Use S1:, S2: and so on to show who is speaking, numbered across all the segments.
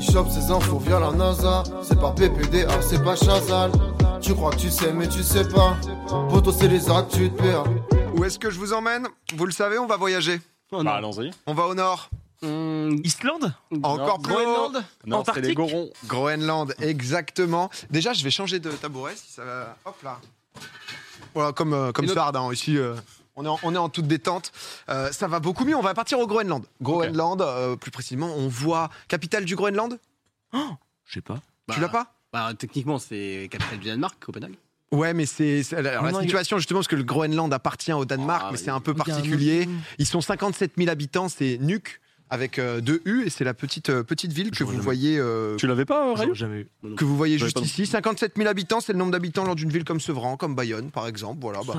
S1: chope ces infos via la NASA. C'est pas PPDA, c'est pas Chazal. Tu crois que tu sais, mais tu sais pas. Poto, c'est les actes, tu te perds.
S2: Où est-ce que je vous emmène Vous le savez, on va voyager.
S3: Oh, non.
S4: Bah, allons-y.
S2: On va au nord.
S3: Hum, Islande
S2: Encore plus haut.
S3: Groenland
S4: Non, c'est les
S3: Antarctique.
S4: gorons.
S2: Groenland, exactement. Déjà, je vais changer de tabouret si ça va. Hop là. Voilà, comme, euh, comme
S3: Et notre-
S2: Sard, hein, ici. euh, On est, en, on est en toute détente. Euh, ça va beaucoup mieux. On va partir au Groenland. Groenland, euh, plus précisément, on voit capitale du Groenland.
S3: Je sais pas.
S2: tu l'as pas
S3: Bah, techniquement, c'est capitale du Danemark, Copenhague.
S2: Ouais, mais c'est c'est- alors,
S3: Non,
S2: la
S3: non, il-
S2: situation justement parce que le Groenland appartient au Danemark,
S3: Ah,
S2: mais
S3: il-
S2: c'est un peu
S3: il y a un
S2: particulier. Ils sont 57 000 habitants, c'est Nuuk avec euh, deux U et c'est la petite euh, petite ville que
S3: Je vois
S2: vous
S3: jamais.
S2: voyez euh,
S4: Tu
S3: Oh,
S4: l'avais pas, euh, Rayo
S3: jamais eu.
S2: que vous voyez
S4: J'avais
S2: juste
S4: pas non
S2: ici. 57 000 habitants, c'est le nombre d'habitants lors d'une ville comme Sevran, comme Bayonne, par exemple. Voilà, bah,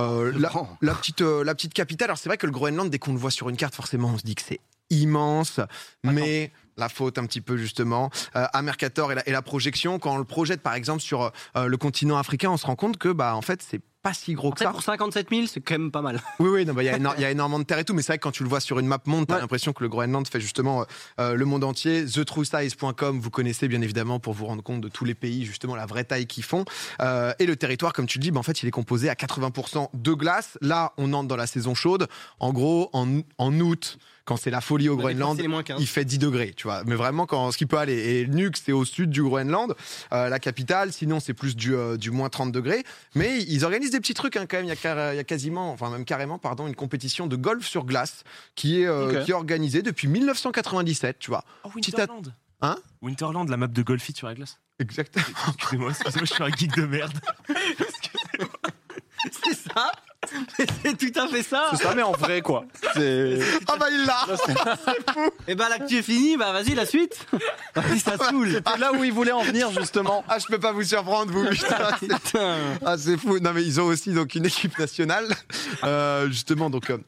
S2: euh, la, la petite, euh, la petite capitale. Alors, c'est vrai que le Groenland, dès qu'on le voit sur une carte, forcément, on se dit que c'est immense. Mais la faute, un petit peu, justement, euh, à Mercator et la, et la projection, quand on le projette, par exemple, sur euh, le continent africain, on se rend compte que, bah, en fait, c'est pas si gros que
S3: Après,
S2: ça.
S3: pour 57 000, c'est quand même pas mal.
S2: Oui, oui, non, bah, il y, a éno- il y a énormément de terre et tout, mais c'est vrai que quand tu le vois sur une map monde, t'as
S3: Ouais.
S2: l'impression que le Groenland fait justement euh, euh, le monde entier. TheTrueSize.com, vous connaissez bien évidemment pour vous rendre compte de tous les pays, justement la vraie taille qu'ils font. Euh, et le territoire, comme tu le dis, bah, en fait, il est composé à 80% de glace. Là, on entre dans la saison chaude. En gros, en, en août, quand c'est la folie au Groenland,
S3: C'est Bah, les moins
S2: il
S3: 15.
S2: fait 10 degrés, tu vois. Mais vraiment, quand ce qui peut aller. Et Nuuk, c'est au sud du Groenland, euh, la capitale. Sinon, c'est plus du, euh, du moins 30 degrés. Mais ils organisent des petits trucs hein, quand même. Il y, a, car- il y a quasiment, enfin même carrément, pardon, une compétition de golf sur glace qui est, euh,
S4: Ok.
S2: qui est organisée depuis 1997, tu vois.
S5: Oh,
S2: Petit at-
S5: Winterland
S2: Hein
S5: Winterland, la map de Golfit sur la glace.
S2: Exactement.
S5: Excusez-moi, excusez-moi, je suis un geek de merde.
S3: C'est ça Mais C'est tout à fait ça
S4: C'est ça, mais en vrai, quoi. C'est.
S2: Ah bah il l'a
S3: Et bah, l'actu est finie, bah vas-y, la suite Vas-y, ça saoule
S4: C'est là où il voulait en venir, justement.
S2: Ah, je peux pas vous surprendre, vous, putain.
S3: Putain
S2: Ah, c'est fou. Non, mais ils ont aussi donc une équipe nationale, Euh, justement. Donc. euh,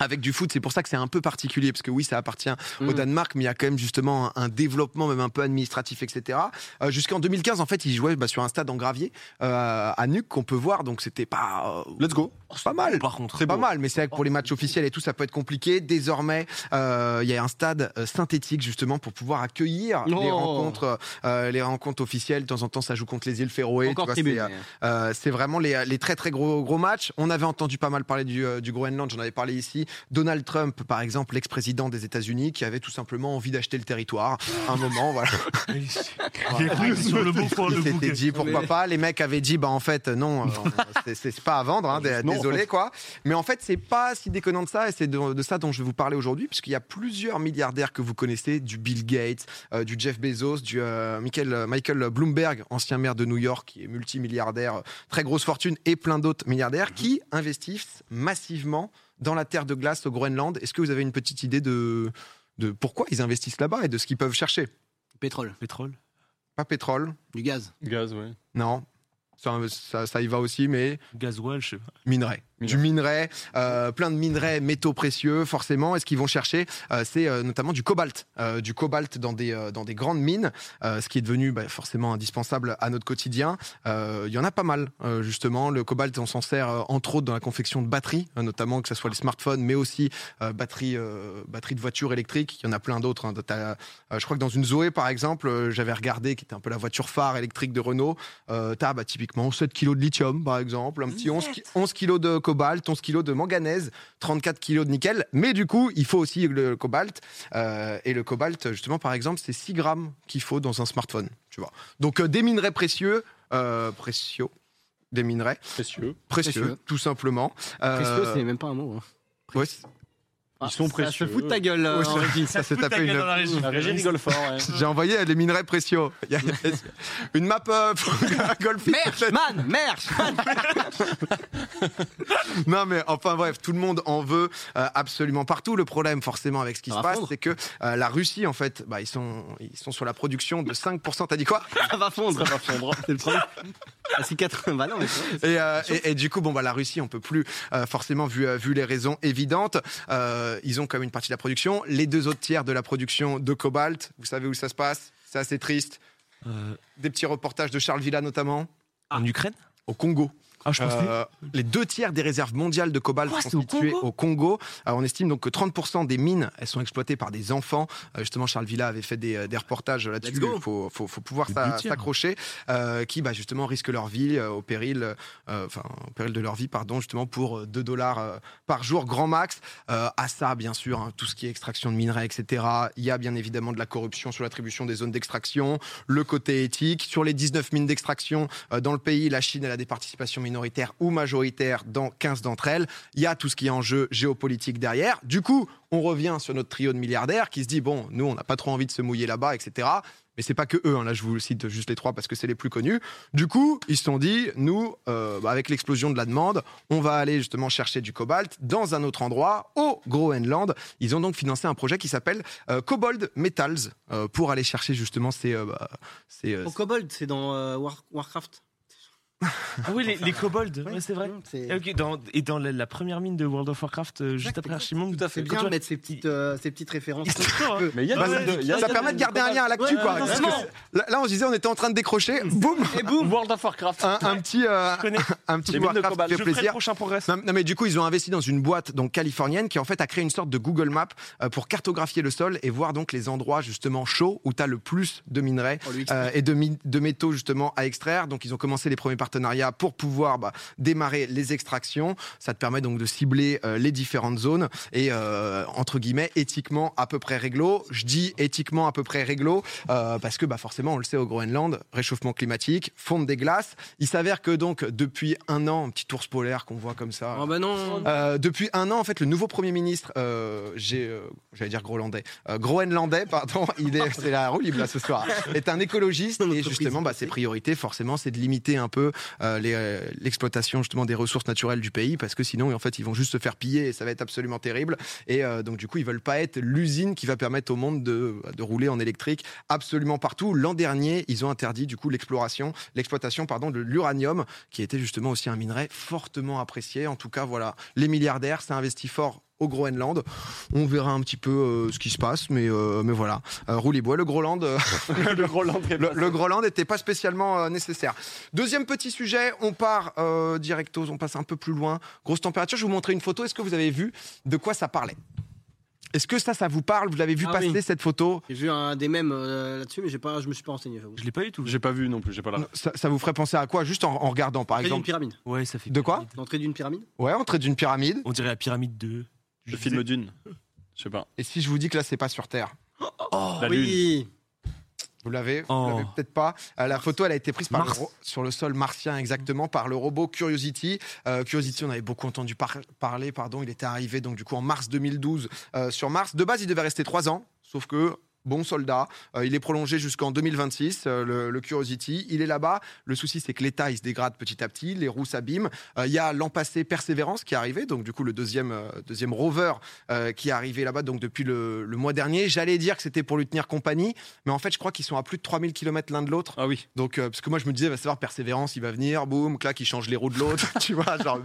S2: Avec du foot, c'est pour ça que c'est un peu particulier, parce que oui, ça appartient au
S3: Mm.
S2: Danemark, mais il y a quand même justement un, un développement, même un peu administratif, etc. Euh, Jusqu'en 2015, en fait, ils jouaient bah, sur un stade en gravier euh, à Nuuk qu'on peut voir, donc c'était pas, euh,
S4: Let's go.
S2: pas mal.
S5: Par contre,
S2: C'est pas mal, mais c'est vrai que pour les matchs officiels et tout, ça peut être compliqué. Désormais, euh, il y a un stade euh, synthétique justement pour pouvoir accueillir les
S3: Oh.
S2: rencontres, euh, les rencontres officielles. De temps en temps, ça joue contre les îles Féroé. tu
S3: Encore
S2: vois,
S3: tribune.
S2: c'est, euh, euh, c'est vraiment les, les très très gros gros matchs. On avait entendu pas mal parler du, euh, du Groenland, j'en avais parlé ici. Donald Trump, par exemple, l'ex-président des États-Unis, qui avait tout simplement envie d'acheter le territoire. À un moment, voilà.
S5: Il est cru sur le bon point, le
S2: Il s'était
S5: bouquet.
S2: dit pourquoi
S3: Mais-
S2: pas. Les mecs avaient dit bah en fait non, euh, c'est- c'est pas à vendre, hein, dé-
S4: non, en
S2: désolé quoi. Mais en fait c'est pas si déconnant de ça et c'est de, de ça dont je vais vous parler aujourd'hui puisqu'il y a plusieurs milliardaires que vous connaissez, du Bill Gates, euh, du Jeff Bezos, du euh, Michael, Michael Bloomberg, ancien maire de New York qui est multimilliardaire, euh, très grosse fortune et plein d'autres milliardaires qui investissent massivement dans la terre de glace au Groenland. Est-ce que vous avez une petite idée de de pourquoi ils investissent là-bas et de ce qu'ils peuvent chercher
S3: Pétrole,
S5: Pétrole.
S2: Pas pétrole,
S3: du gaz.
S4: Gaz, ouais.
S2: non. Ça, ça- ça y va aussi, mais
S5: Gasoil, je sais pas.
S2: minerais. Du minerai, euh, plein de minerais, métaux précieux, forcément. Et ce qu'ils vont chercher, euh, c'est euh, notamment du cobalt. Euh, du cobalt dans des, euh, dans des grandes mines, euh, ce qui est devenu bah, forcément indispensable à notre quotidien. Euh, Il y en a pas mal, euh, justement. Le cobalt, on s'en sert euh, entre autres dans la confection de batteries, euh, notamment que ce soit les smartphones, mais aussi euh, batteries, euh, batteries de voitures électriques. Il y en a plein d'autres. hein. T'as, euh, je crois que dans une Zoé, par exemple, euh, j'avais regardé, qui était un peu la voiture phare électrique de Renault, euh, t'as bah, typiquement 7 kilos de lithium, par exemple, un petit 11, ki- 11 kilos de cobalt, 11 kilos de manganèse, 34 kilos de nickel. Mais du coup, il faut aussi le cobalt. Euh, et le cobalt, justement, par exemple, c'est 6 grammes qu'il faut dans un smartphone. Tu vois. Donc, euh, des minerais précieux, euh, précieux, des minerais
S4: Précieux.
S2: précieux,
S3: Précieux.
S2: tout simplement. Euh,
S3: Précieux, c'est même pas un mot. hein.
S2: ouais, c'est-
S3: Ah,
S4: sont précieux.
S3: Ça se fout de ta gueule, euh, là,
S5: Euh,
S2: Ouais,
S3: en régie.
S2: ça s'est
S5: Fout
S2: tapé
S5: ta gueule
S2: une
S5: dans la régie.
S4: La régie rigole fort, ouais.
S2: j'ai envoyé les minerais précieux. Il y a- il y a une map euh, golf.
S3: Merch, man, merch
S2: Non, mais enfin bref, tout le monde en veut euh, absolument partout. Le problème, forcément, avec ce qui
S3: Ça
S2: se
S3: va
S2: passe,
S3: fondre.
S2: c'est que euh, la Russie, en fait, bah, ils, sont, ils sont sur la production de 5%. T'as dit quoi
S3: Ça va fondre.
S4: Ça va fondre.
S3: C'est le problème. Ah, c'est 80. Bah non, mais c'est vrai.
S2: et, euh, et, et du coup, bon, bah, la Russie, on peut plus, euh, forcément, vu, euh, vu les raisons évidentes, euh, ils ont quand même une partie de la production. Les deux autres tiers de la production de cobalt, vous savez où ça se passe C'est assez triste.
S5: Euh, Ah.
S2: Des petits reportages de Charles Villa, notamment,
S5: En Ukraine
S2: au Congo.
S5: Ah, je pensais.
S2: Euh, les deux tiers des réserves mondiales de cobalt
S3: Quoi, c'est
S2: sont
S3: au
S2: situées
S3: Congo
S2: au Congo. Euh, on estime donc que 30% des mines elles sont exploitées par des enfants. Euh, justement, Charles Villa avait fait des, euh, des reportages là-dessus.
S3: Let's go.
S2: Il faut, faut- faut pouvoir
S5: Les
S2: s'a-
S5: deux tiers.
S2: s'accrocher, euh, qui bah, justement risquent leur vie euh, au péril, euh, enfin au péril de leur vie, pardon, justement pour euh, 2 dollars euh, par jour grand max. Euh, à ça, bien sûr, hein, tout ce qui est extraction de minerais, etc. Il y a bien évidemment de la corruption sur l'attribution des zones d'extraction, le côté éthique. Sur les 19 mines d'extraction euh, dans le pays, la Chine elle a des participations minoritaires ou majoritaires dans 15 d'entre elles. Il y a tout ce qui est en jeu géopolitique derrière. Du coup, on revient sur notre trio de milliardaires qui se dit bon, nous, on n'a pas trop envie de se mouiller là-bas, etc. Mais c'est pas que eux. hein. Là, je vous cite juste les trois parce que c'est les plus connus. Du coup, ils se sont dit, nous, euh, bah, avec l'explosion de la demande, on va aller justement chercher du cobalt dans un autre endroit, au Groenland. Ils ont donc financé un projet qui s'appelle euh, Kobold Metals euh, pour aller chercher justement ces, euh, bah, ces, euh,
S3: Au Kobold, c'est dans euh, War- Warcraft.
S5: Ah oui, les, les kobolds, ouais, c'est vrai.
S3: Mmh, C'est
S5: Et ok, dans- et dans la, la première mine de World of Warcraft, euh, juste après Archimond.
S3: tout à fait
S5: quand
S3: bien
S5: tu
S3: de
S5: vois-
S3: mettre ces petites, euh, ces petites références.
S5: Ils sont forts, hein.
S3: peu.
S4: Mais il y a
S5: Ah
S4: des-
S5: ouais,
S4: de- il y a-
S2: Bah, Ça permet de garder un lien à l'actu,
S3: Ouais,
S2: quoi.
S3: ouais,
S2: Parce que
S3: vraiment.
S2: Là, là, on se disait, on était en train de décrocher. Boum
S5: hein.
S3: Et boum
S4: World of Warcraft.
S2: un, un petit, euh,
S5: Je connais.
S2: un petit
S4: Les mines de
S2: Warcraft
S4: cobalt.
S2: qui
S5: Je
S2: fait
S5: ferai le
S2: plaisir.
S5: prochain progrès.
S2: Non, non, mais du coup ils ont investi dans une boîte donc californienne qui en fait a créé une sorte de Google Map euh, pour cartographier le sol et voir donc les endroits justement chauds où tu as le plus de minerais
S4: Oh,
S3: On lui explique.
S2: euh, et de, mi- de métaux justement à extraire. Donc ils ont commencé les premiers partenariats pour pouvoir bah, démarrer les extractions. Ça te permet donc de cibler euh, les différentes zones et euh, entre guillemets éthiquement à peu près réglo. Je dis éthiquement à peu près réglo euh, parce que bah, forcément on le sait au Groenland, réchauffement climatique, fonte des glaces. Il s'avère que donc depuis un an, un petit ours polaire qu'on voit comme ça.
S3: Oh bah non
S2: Euh, depuis un an, en fait, le nouveau Premier ministre, euh, j'ai, euh, j'allais dire groenlandais, euh, groenlandais, pardon, il est, c'est la roue libre là, ce soir, est un écologiste et
S3: L'entreprise
S2: justement, bah, ses priorités, forcément, c'est de limiter un peu euh, les, euh, l'exploitation justement des ressources naturelles du pays parce que sinon, en fait, ils vont juste se faire piller et ça va être absolument terrible. Et euh, donc, du coup, ils veulent pas être l'usine qui va permettre au monde de, de rouler en électrique absolument partout. L'an dernier, ils ont interdit du coup l'exploration, l'exploitation, pardon, de l'uranium qui était justement aussi un minerai fortement apprécié. En tout cas, voilà, les milliardaires, ça investit fort au Groenland. On verra un petit peu euh, ce qui se passe, mais, euh, mais voilà. Euh, roulez bois, le Groenland. euh,
S4: Le Groenland est
S2: le,
S4: passé.
S2: le Groenland n'était pas spécialement euh, nécessaire. Deuxième petit sujet, on part euh, directos, on passe un peu plus loin. Grosse température, je vais vous montrer une photo. Est-ce que vous avez vu de quoi ça parlait Est-ce que ça, ça vous parle Vous l'avez vu
S3: Ah
S2: passer
S3: oui.
S2: cette photo
S3: J'ai vu un des mêmes euh, là-dessus, mais j'ai pas, je me suis pas renseigné. j'avoue.
S5: Je l'ai pas eu tout.
S4: J'ai pas vu non plus, j'ai pas la.
S2: ça, ça vous ferait penser à quoi Juste en, en regardant, par
S3: L'entrée d'une
S2: exemple.
S3: pyramide.
S5: Ouais, ça fait.
S2: De quoi
S5: pyramide.
S3: L'entrée d'une pyramide.
S2: Ouais, on traite d'une pyramide.
S5: On dirait la pyramide 2.
S4: Le film d'une. Je sais pas.
S2: Et si je vous dis que là, c'est pas sur Terre
S3: Oh
S4: La
S3: oui
S2: Vous l'avez, vous
S5: Oh.
S2: l'avez peut-être pas. Euh, la photo, elle a été prise par le
S5: Mars.
S2: ro- sur le sol martien exactement par le robot Curiosity. Euh, Curiosity, on avait beaucoup entendu par- parler. Pardon, il était arrivé donc du coup en mars 2012 euh, sur Mars. De base, il devait rester trois ans, sauf que bon soldat, euh, il est prolongé jusqu'en 2026. euh, le, le Curiosity, il est là-bas. Le souci, c'est que l'état il se dégrade petit à petit, les roues s'abîment. Euh, Il y a l'an passé Persévérance qui est arrivé, donc du coup le deuxième euh, deuxième rover euh, qui est arrivé là-bas donc depuis le, le mois dernier. J'allais dire que c'était pour lui tenir compagnie, mais en fait je crois qu'ils sont à plus de 3000 km l'un de l'autre.
S4: Ah oui.
S2: Donc euh, parce que moi je me disais va savoir Persévérance, il va venir, boum, clac, il change les roues de l'autre, tu vois, genre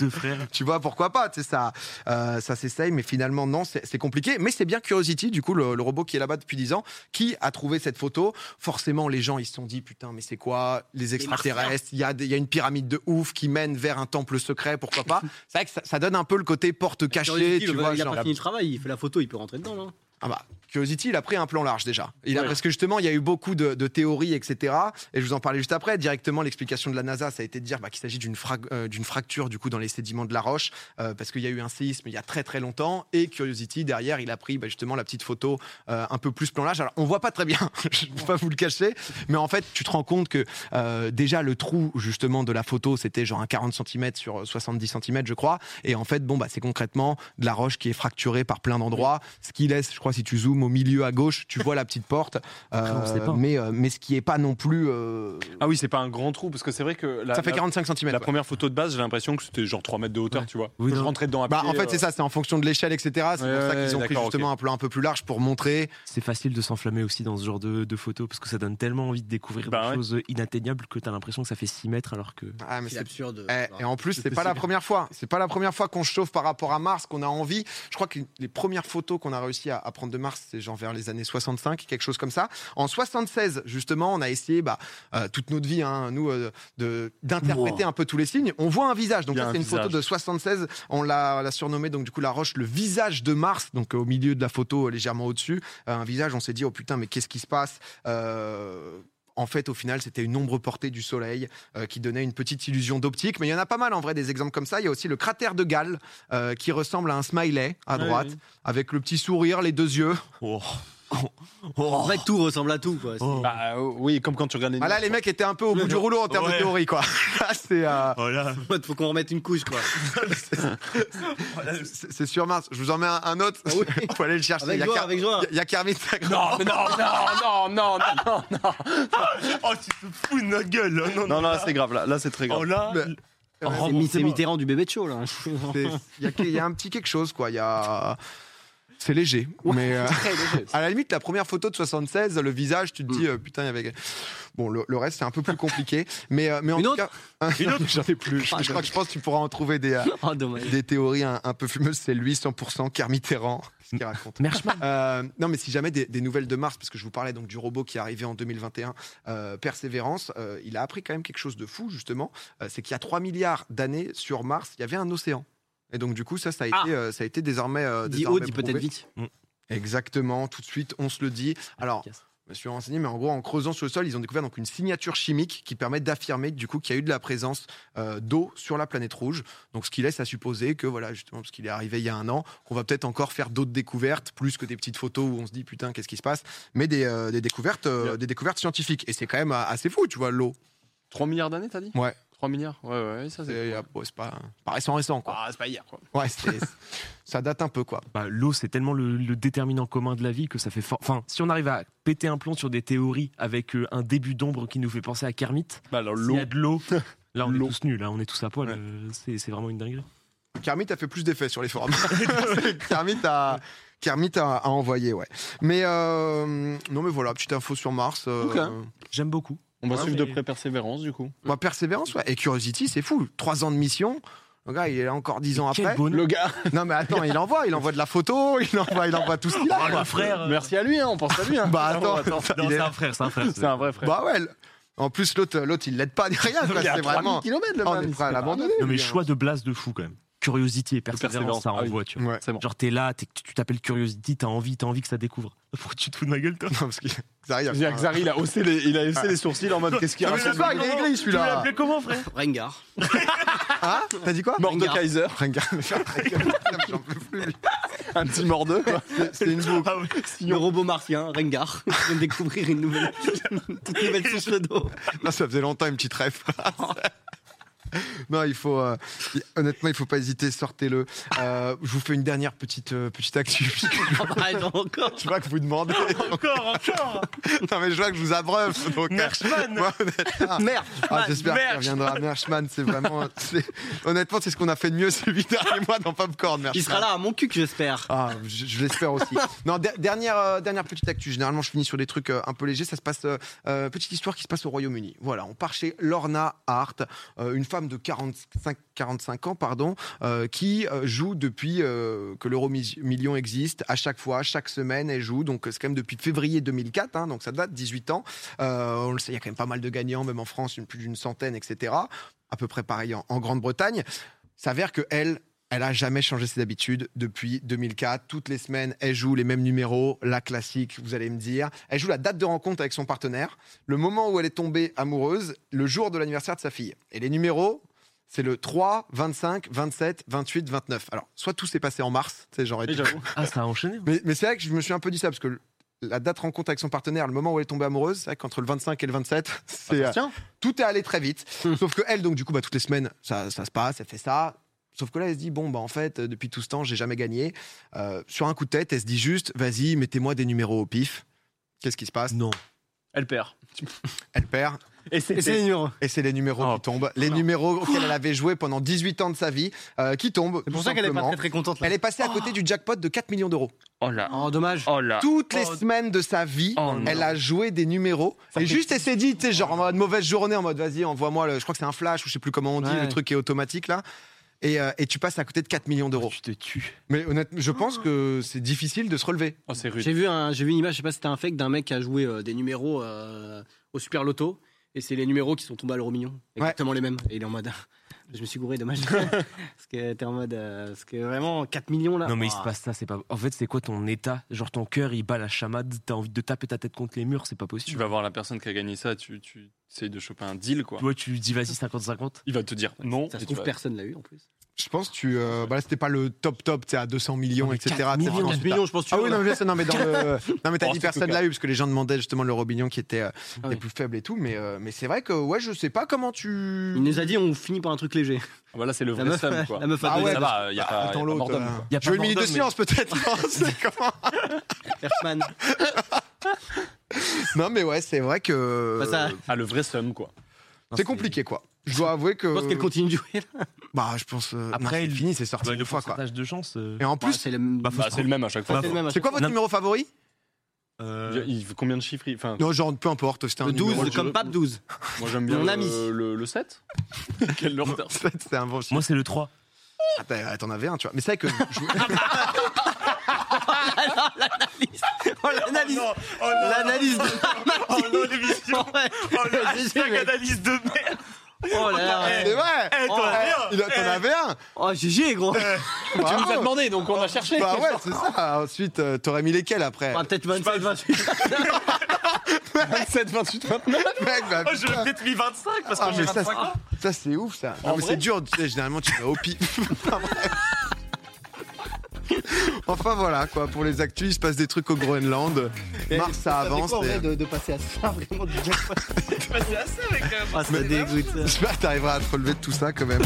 S5: Deux frères.
S2: tu vois, pourquoi pas Tu sais, ça, euh, ça s'essaye, mais finalement, non, c'est c'est compliqué. Mais c'est bien Curiosity, du coup, le, le robot qui est là-bas depuis 10 ans, qui a trouvé cette photo. Forcément, les gens, ils se sont dit, putain, mais c'est quoi Les extraterrestres, il y, a des- il y a une pyramide de ouf qui mène vers un temple secret, pourquoi pas C'est vrai que ça, ça donne un peu le côté porte cachée,
S3: Bah, Curiosity,
S2: tu
S3: le-
S2: vois.
S3: il a
S2: genre-
S3: pas fini le travail, il fait la photo, il peut rentrer dedans. hein. Là.
S2: ah bah, Curiosity, il a pris un plan large déjà. Il a,
S4: Ouais.
S2: Parce que justement, il y a eu beaucoup de, de théories, etc. Et je vous en parlais juste après. Directement, l'explication de la NASA, ça a été de dire bah, qu'il s'agit d'une frag- euh, d'une fracture du coup dans les sédiments de la roche, euh, parce qu'il y a eu un séisme il y a très très longtemps. Et Curiosity, derrière, il a pris bah, justement la petite photo euh, un peu plus plan large. Alors, on voit pas très bien, je ne peux pas vous le cacher, mais en fait, tu te rends compte que euh, déjà le trou justement de la photo, c'était genre un 40 cm sur 70 cm, je crois. Et en fait, bon, bah, c'est concrètement de la roche qui est fracturée par plein d'endroits. Ce qui laisse, je crois, si tu zoomes au milieu à gauche, tu vois la petite porte.
S5: Après, on sait
S2: Euh,
S5: pas.
S2: mais, euh, mais ce qui est pas non plus. euh,
S4: Ah oui, c'est pas un grand trou parce que c'est vrai que la,
S2: ça fait
S4: la-
S2: 45 cm.
S4: la première photo de base, j'ai l'impression que c'était genre 3 mètres de hauteur,
S5: Ouais.
S4: tu vois.
S5: Oui,
S4: je
S5: non.
S4: rentrais dedans à
S2: Bah,
S4: pied,
S2: en fait,
S4: euh,
S2: c'est ça, c'est en fonction de l'échelle, etc. C'est
S4: Ouais,
S2: pour ça qu'ils ont
S4: ouais,
S2: pris
S4: d'accord,
S2: justement un plan un peu plus large pour montrer.
S5: C'est facile de s'enflammer aussi dans ce genre de, de photos parce que ça donne tellement envie de découvrir
S4: Bah
S5: des
S4: ouais.
S5: choses inatteignables que t'as l'impression que ça fait 6 mètres alors que.
S2: Ah, mais
S3: C'est
S2: c'est-
S3: absurde.
S2: Eh,
S4: euh,
S2: Et, en plus, c'est pas
S5: possible.
S2: la première fois. C'est pas la première fois qu'on se chauffe par rapport à Mars, qu'on a envie. Je crois que les premières photos qu'on a réussi à, à prendre 32 mars, c'est genre vers les années 65, quelque chose comme ça. En 76, justement, on a essayé, bah, euh, toute notre vie, hein, nous, euh, de- d'interpréter
S5: Wow.
S2: un peu tous les signes. On voit un visage. Donc,
S4: Il y a
S2: ça,
S4: un
S2: c'est une photo
S4: visage.
S2: de 76. On l'a l'a surnommé, donc, du coup, la roche, le visage de Mars. Donc, euh, au milieu de la photo, euh, légèrement au-dessus. Euh, un visage, on s'est dit, oh putain, mais qu'est-ce qui se passe Euh, en fait, au final, c'était une ombre portée du soleil euh, qui donnait une petite illusion d'optique. Mais il y en a pas mal en vrai des exemples comme ça. Il y a aussi le cratère de Galles euh, qui ressemble à un smiley
S3: Ah
S2: à
S4: Ouais,
S2: droite,
S4: ouais.
S2: avec le petit sourire, les deux yeux.
S5: Oh.
S4: Oh,
S3: En fait, tout ressemble à tout. Quoi.
S5: Oh.
S4: Bah, euh, oui, comme quand tu regardes
S2: Ah là, les mecs étaient un peu au bout du rouleau en termes de
S5: Ouais.
S2: théorie, quoi. Là, c'est euh,
S5: Oh là.
S3: C'est- Faut qu'on remette une couche, quoi.
S2: c'est c'est sur Mars. Je vous en mets un, un autre.
S3: oui.
S2: Faut aller le chercher.
S3: Avec
S2: il, y a
S3: joie,
S2: Car- Oh,
S3: avec joie.
S2: il y a- il y a Kermit.
S4: Non, mais non, non, non, non, non, non,
S5: Oh, tu te fous de notre gueule. là. Non, non.
S4: non, là, c'est grave, Ah. là, là, c'est très grave.
S5: Oh là.
S2: Mais-
S3: C'est
S5: Oh,
S3: Mi- c'est
S5: bon.
S3: Mitterrand du bébé de show, là.
S2: C'est- Il y, a- il y a un petit quelque chose, quoi. Il y a. C'est léger. Mais. euh, À la limite, la première photo de 76, le visage, tu te dis, euh, putain, il y avait. Bon, le, le reste, c'est un peu plus compliqué. Mais, euh, mais en
S3: Une
S2: tout
S3: autre
S2: cas.
S5: Une
S2: Non,
S5: autre
S2: J'en ai plus. Je, je crois que je pense que tu pourras en trouver des, euh,
S3: Oh, dommage.
S2: des théories un, un peu fumeuses. C'est lui, 100%, Kermitterrand. Qu'est-ce qu'il raconte
S5: Merchman.
S2: Euh, non, mais si jamais des, des nouvelles de Mars, parce que je vous parlais donc du robot qui est arrivé en 2021, euh, Persévérance, euh, il a appris quand même quelque chose de fou, justement. euh, c'est qu'il y a 3 milliards d'années sur Mars, il y avait un océan. Et donc, du coup, ça, ça a,
S3: Ah.
S2: été, euh, ça a été désormais. euh,
S3: Dis haut,
S2: désormais
S3: dis
S2: prouvé.
S3: peut-être vite.
S2: Exactement, tout de suite, on se le dit. Alors, je me suis renseigné, mais en gros, en creusant sur le sol, ils ont découvert donc une signature chimique qui permet d'affirmer du coup qu'il y a eu de la présence euh, d'eau sur la planète rouge. Donc, ce qui laisse à supposer que voilà, justement, parce qu'il est arrivé il y a un an, qu'on va peut-être encore faire d'autres découvertes, plus que des petites photos où on se dit putain qu'est-ce qui se passe, mais des, euh, des découvertes, euh,
S4: Bien.
S2: des découvertes scientifiques. Et c'est quand même euh, assez fou, tu vois, l'eau.
S4: 3 milliards d'années, t'as dit
S2: Ouais.
S4: 3 milliards Ouais, ouais, ouais, ça,
S2: C'est
S4: c'est.
S2: euh, bon, c'est pas, pas récent, récent quoi.
S4: Ah, c'est pas hier, quoi.
S2: Ouais, c'est- ça date un peu quoi.
S5: Bah, L'eau, c'est tellement le, le déterminant commun de la vie que ça fait fort. Enfin, si on arrive à péter un plomb sur des théories avec euh, un début d'ombre qui nous fait penser à Kermit,
S4: Bah, alors,
S5: s'il
S4: l'eau.
S5: y a de l'eau. Là, on est
S4: L'eau.
S5: tous nus, là, on est tous à poil.
S4: Ouais.
S5: euh, c'est c'est vraiment une dinguerie.
S2: Kermit a fait plus d'effets sur les forums. Kermit a. Kermit a, a envoyé, ouais. Mais euh, non, mais voilà, petite info sur Mars. euh,
S4: Ok.
S5: J'aime beaucoup.
S4: On va
S5: Ouais,
S4: suivre
S5: mais-
S4: de près Persévérance, du coup.
S2: bah, persévérance, ouais. Et Curiosity, c'est fou. Trois ans de mission. Le gars, il est là encore dix ans
S5: Quel
S2: après.
S5: bonheur.
S4: Le gars,
S2: Non, mais attends, il envoie, il envoie de la photo, il envoie, il envoie tout ce qu'il a.
S5: Oh,
S2: quoi.
S5: le frère. euh,
S4: merci à lui, hein, on pense à lui. Hein.
S2: Bah, attends,
S5: Non,
S2: il est-
S5: c'est un frère, c'est un frère.
S4: C'est un vrai frère.
S2: Bah ouais. le- En plus, l'autre, l'autre, il l'aide pas ni rien. quoi,
S4: Il est à 3000
S2: C'est vraiment.
S4: kilomètres, le
S2: Ah, on
S4: man,
S2: est
S4: il
S2: prêt à
S4: se fait
S2: l'abandonner.
S5: Non, mais
S2: le gars.
S5: choix de blase de fou quand même. Curiosité et persévérance,
S4: persévérance,
S5: ça
S4: ah oui.
S5: renvoie, tu vois.
S2: Ouais.
S4: C'est bon.
S5: Genre, t'es là, t'es- tu t'appelles Curiosity, t'as envie, t'as envie que ça découvre. Pourquoi tu te fous de ma gueule, toi
S2: Non, parce que Xari, il a-
S4: C'est-à-dire que Xari, il a haussé les, il a haussé les sourcils en mode qu'est-ce qu'il
S2: Ah, mais
S4: raconte
S2: je sais pas, il est aigri,
S5: Tu l'as
S2: celui-là.
S5: appelé comment, frère
S3: Rengar.
S2: Hein T'as dit quoi
S4: Mort de
S3: Ringard.
S4: Kaiser,
S2: Ringard, mais j'en peux plus. lui.
S4: un petit mort de. quoi.
S2: C'est une boucle.
S5: Ah ouais.
S3: Le robot martien, Rengar. Je viens de découvrir une nouvelle, une toute nouvelle source de dos.
S2: Là, ça faisait longtemps une petite rêve. Non, il faut euh, y- honnêtement, il faut pas hésiter, sortez-le. Euh, je vous fais une dernière petite euh, petite actu. je
S3: Ah bah, attends, encore.
S2: vois que vous demandez.
S5: Encore, encore
S2: Non mais je vois que je vous abreuve. Donc, euh,
S5: Merchman
S2: moi, honnêtement,
S3: Merde.
S2: ah, j'espère qu'il
S5: Merch.
S2: reviendra. Merchman, c'est vraiment. c'est- Honnêtement, c'est ce qu'on a fait de mieux ces huit derniers mois dans Popcorn. Merchman.
S3: Il sera là à mon cul, que j'espère.
S2: Ah, je, je l'espère aussi. non, der- dernière, euh, dernière petite actu. Généralement, je finis sur des trucs euh, un peu légers. Ça se passe, euh, euh, petite histoire qui se passe au Royaume-Uni. Voilà, on part chez Lorna Hart, euh, une femme de 45, 45 ans, pardon, euh, qui euh, joue depuis euh, que l'euro million existe, à chaque fois, chaque semaine, elle joue. Donc, c'est quand même depuis février 2004, hein, donc ça date, 18 ans. Euh, on le sait, il y a quand même pas mal de gagnants, même en France, une- plus d'une centaine, etc. À peu près pareil en, en Grande-Bretagne. S'avère que elle, elle a jamais changé ses habitudes depuis 2004. Toutes les semaines, elle joue les mêmes numéros, la classique, vous allez me dire. Elle joue la date de rencontre avec son partenaire, le moment où elle est tombée amoureuse, le jour de l'anniversaire de sa fille. Et les numéros, c'est le 3, 25, 27, 28, 29. Alors, soit tout s'est passé en mars, c'est genre. et
S4: Et
S2: tout.
S4: j'avoue.
S5: Ah, ça a enchaîné.
S2: Mais, mais c'est vrai que je me suis un peu dit ça parce que le- la date rencontre avec son partenaire, le moment où elle est tombée amoureuse, c'est vrai qu'entre le 25 et le 27, c'est euh,
S4: Tiens,
S2: tout est allé très vite.
S3: Hum.
S2: Sauf que elle, donc du coup, bah, toutes les semaines, ça, ça se passe, elle fait ça. Sauf que là, elle se dit bon, bah en fait, euh, depuis tout ce temps, j'ai jamais gagné. Euh, sur un coup de tête, elle se dit juste, vas-y, mettez-moi des numéros au pif. Qu'est-ce qui se passe
S5: Non.
S4: elle perd.
S2: Elle perd,
S4: Et
S3: Et c'est
S4: c'est.
S3: les numéros.
S2: et c'est les numéros
S5: Oh,
S2: qui tombent, les numéros auxquels elle avait joué pendant 18 ans de sa vie, euh, qui tombent.
S3: C'est pour
S2: tout
S3: ça qu'elle est pas
S2: simplement.
S3: très, Oh. très contente là.
S2: Elle est passée à côté du jackpot de 4 millions d'euros.
S4: Oh là.
S3: Oh, dommage.
S4: Oh là.
S2: Toutes les
S5: Oh.
S2: semaines de sa vie,
S4: Oh non.
S2: elle a joué des numéros.
S4: Ça
S2: et
S4: fait-
S2: juste, elle s'est dit, tu sais, genre en mode mauvaise journée, en mode vas-y, envoie-moi, le, je crois que c'est un flash ou je sais plus comment on dit,
S3: Ouais.
S2: le truc qui est automatique là. et, euh, et tu passes à côté de 4 millions d'euros.
S5: Tu te tues.
S2: Mais honnêtement, je pense que c'est difficile de se relever.
S4: Oh, c'est rude.
S3: J'ai vu, un- j'ai vu une image, je sais pas si c'était un fake, d'un mec qui a joué euh, des numéros euh, au Super Loto. Et c'est les numéros qui sont tombés à l'euro million. Exactement les mêmes. Et il est en mode. Je me suis gouré, dommage. parce que t'es en mode. euh, parce que vraiment, 4 millions là.
S5: Non, mais il se
S3: ouah.
S5: passe ça, c'est pas. En fait, c'est quoi ton état Genre ton cœur, il bat la chamade, t'as envie de taper ta tête contre les murs, c'est pas
S4: Tu
S5: possible.
S4: vas voir la personne qui a gagné ça, tu, tu essayes de choper un deal, quoi.
S5: Toi, tu dis vas-y 50-50.
S4: Il va te dire non.
S3: Ça
S4: et
S3: se
S4: tu
S3: trouve,
S4: vas-
S3: personne l'a eu en plus.
S2: Je pense que tu. euh, bah là, c'était pas le top top, tu sais, à 200 millions,
S5: Non, mais
S2: etc.
S5: 4
S2: tu sais,
S5: millions,
S2: vraiment,
S3: 4 millions, je pense que tu
S2: Ah
S3: l'as,
S2: oui, non,
S3: là.
S2: mais bien sûr, non, mais dans le- non, mais t'as
S4: Oh,
S2: dit
S4: c'est
S2: personne
S4: tout
S2: l'a eu, parce que les gens demandaient justement le Robignon qui était euh,
S3: Ah
S2: des
S3: oui.
S2: plus faibles et tout, mais, euh, mais c'est vrai que, ouais, je sais pas comment tu.
S3: Il nous a dit, on finit par un truc léger.
S4: Ah bah là, c'est le
S3: La
S4: vrai
S3: meuf, euh,
S4: Sam, quoi.
S3: la meuf a
S2: Ah
S3: donné
S2: ouais,
S4: ça va, il y a pas, y a
S2: Attends
S4: pas
S2: l'autre.
S4: mort d'homme.
S2: euh,
S5: Y a
S2: Je veux
S5: pas
S2: une minute de
S5: mort d'homme,
S2: silence, peut-être. non, c'est comment
S3: Hertzmann.
S2: Non, mais ouais, c'est vrai que.
S3: Bah, ça-
S4: Ah, le vrai Sam, quoi.
S5: Non,
S2: C'est compliqué, quoi. Je dois avouer que.
S3: Je pense qu'elle continue de jouer. là.
S2: Bah, je pense. euh,
S5: Après,
S2: non, c'est
S5: il-
S2: fini, c'est sorti
S5: Bah,
S2: une
S5: le
S2: fois, quoi.
S5: pourcentage de chance. euh,
S2: Et en
S3: Bah,
S2: plus,
S3: c'est le bah,
S5: faut
S4: Bah,
S5: se
S4: c'est le même à chaque fois.
S3: c'est le même. à
S2: c'est quoi
S3: chaque
S2: votre
S5: Non.
S2: numéro favori
S5: euh,
S4: Il il- combien de chiffres il- Enfin,
S2: Non, genre, peu importe, c'était
S3: fois.
S2: un
S3: Le
S2: numéro
S3: 12,
S2: de-
S3: comme Pape 12.
S4: moi j'aime bien
S3: Mon
S4: le,
S3: ami.
S4: Le, le 7. Quel lourdeur.
S2: C'était un bon chiffre.
S5: Moi, c'est le 3.
S2: Ah, t'as- T'en avais un, tu vois. Mais c'est vrai que.
S3: Oh, l'analyse. L'analyse de
S6: Oh non, l'émission
S3: Oh, ouais.
S6: Oh le
S3: Je sais,
S6: hashtag
S3: mais-
S6: analyse de merde
S3: Oh là là.
S2: C'est vrai
S6: Eh,
S3: Oh,
S6: t'en as
S2: Eh,
S6: rien.
S2: il a- T'en
S6: Eh,
S2: avais un
S3: Oh, GG, gros.
S2: Bravo.
S4: Tu nous as demandé, donc on a cherché.
S2: Bah ouais, c'est ça. Ensuite, euh, t'aurais mis lesquels après
S3: Ah, Peut-être 27, 28.
S4: 27, 28, 29.
S2: Mec, bah,
S6: Oh, j'aurais peut-être mis 25 parce que
S2: Ah,
S6: j'ai
S2: mais ça,
S6: 25 ans.
S2: ça c'est ouf ça. Non,
S4: En
S2: mais
S4: vrai
S2: c'est dur, tu sais, généralement tu vas au pif. Enfin, bref. enfin voilà quoi, pour les actus, il se passe des trucs au Groenland. Mars ça avance. et-
S3: de, passer à ça, vraiment, du jackpot
S6: Bah, c'est assez avec euh,
S3: Ah, ça dégoûte.
S2: J'espère que t'arriveras à te relever de tout ça quand même.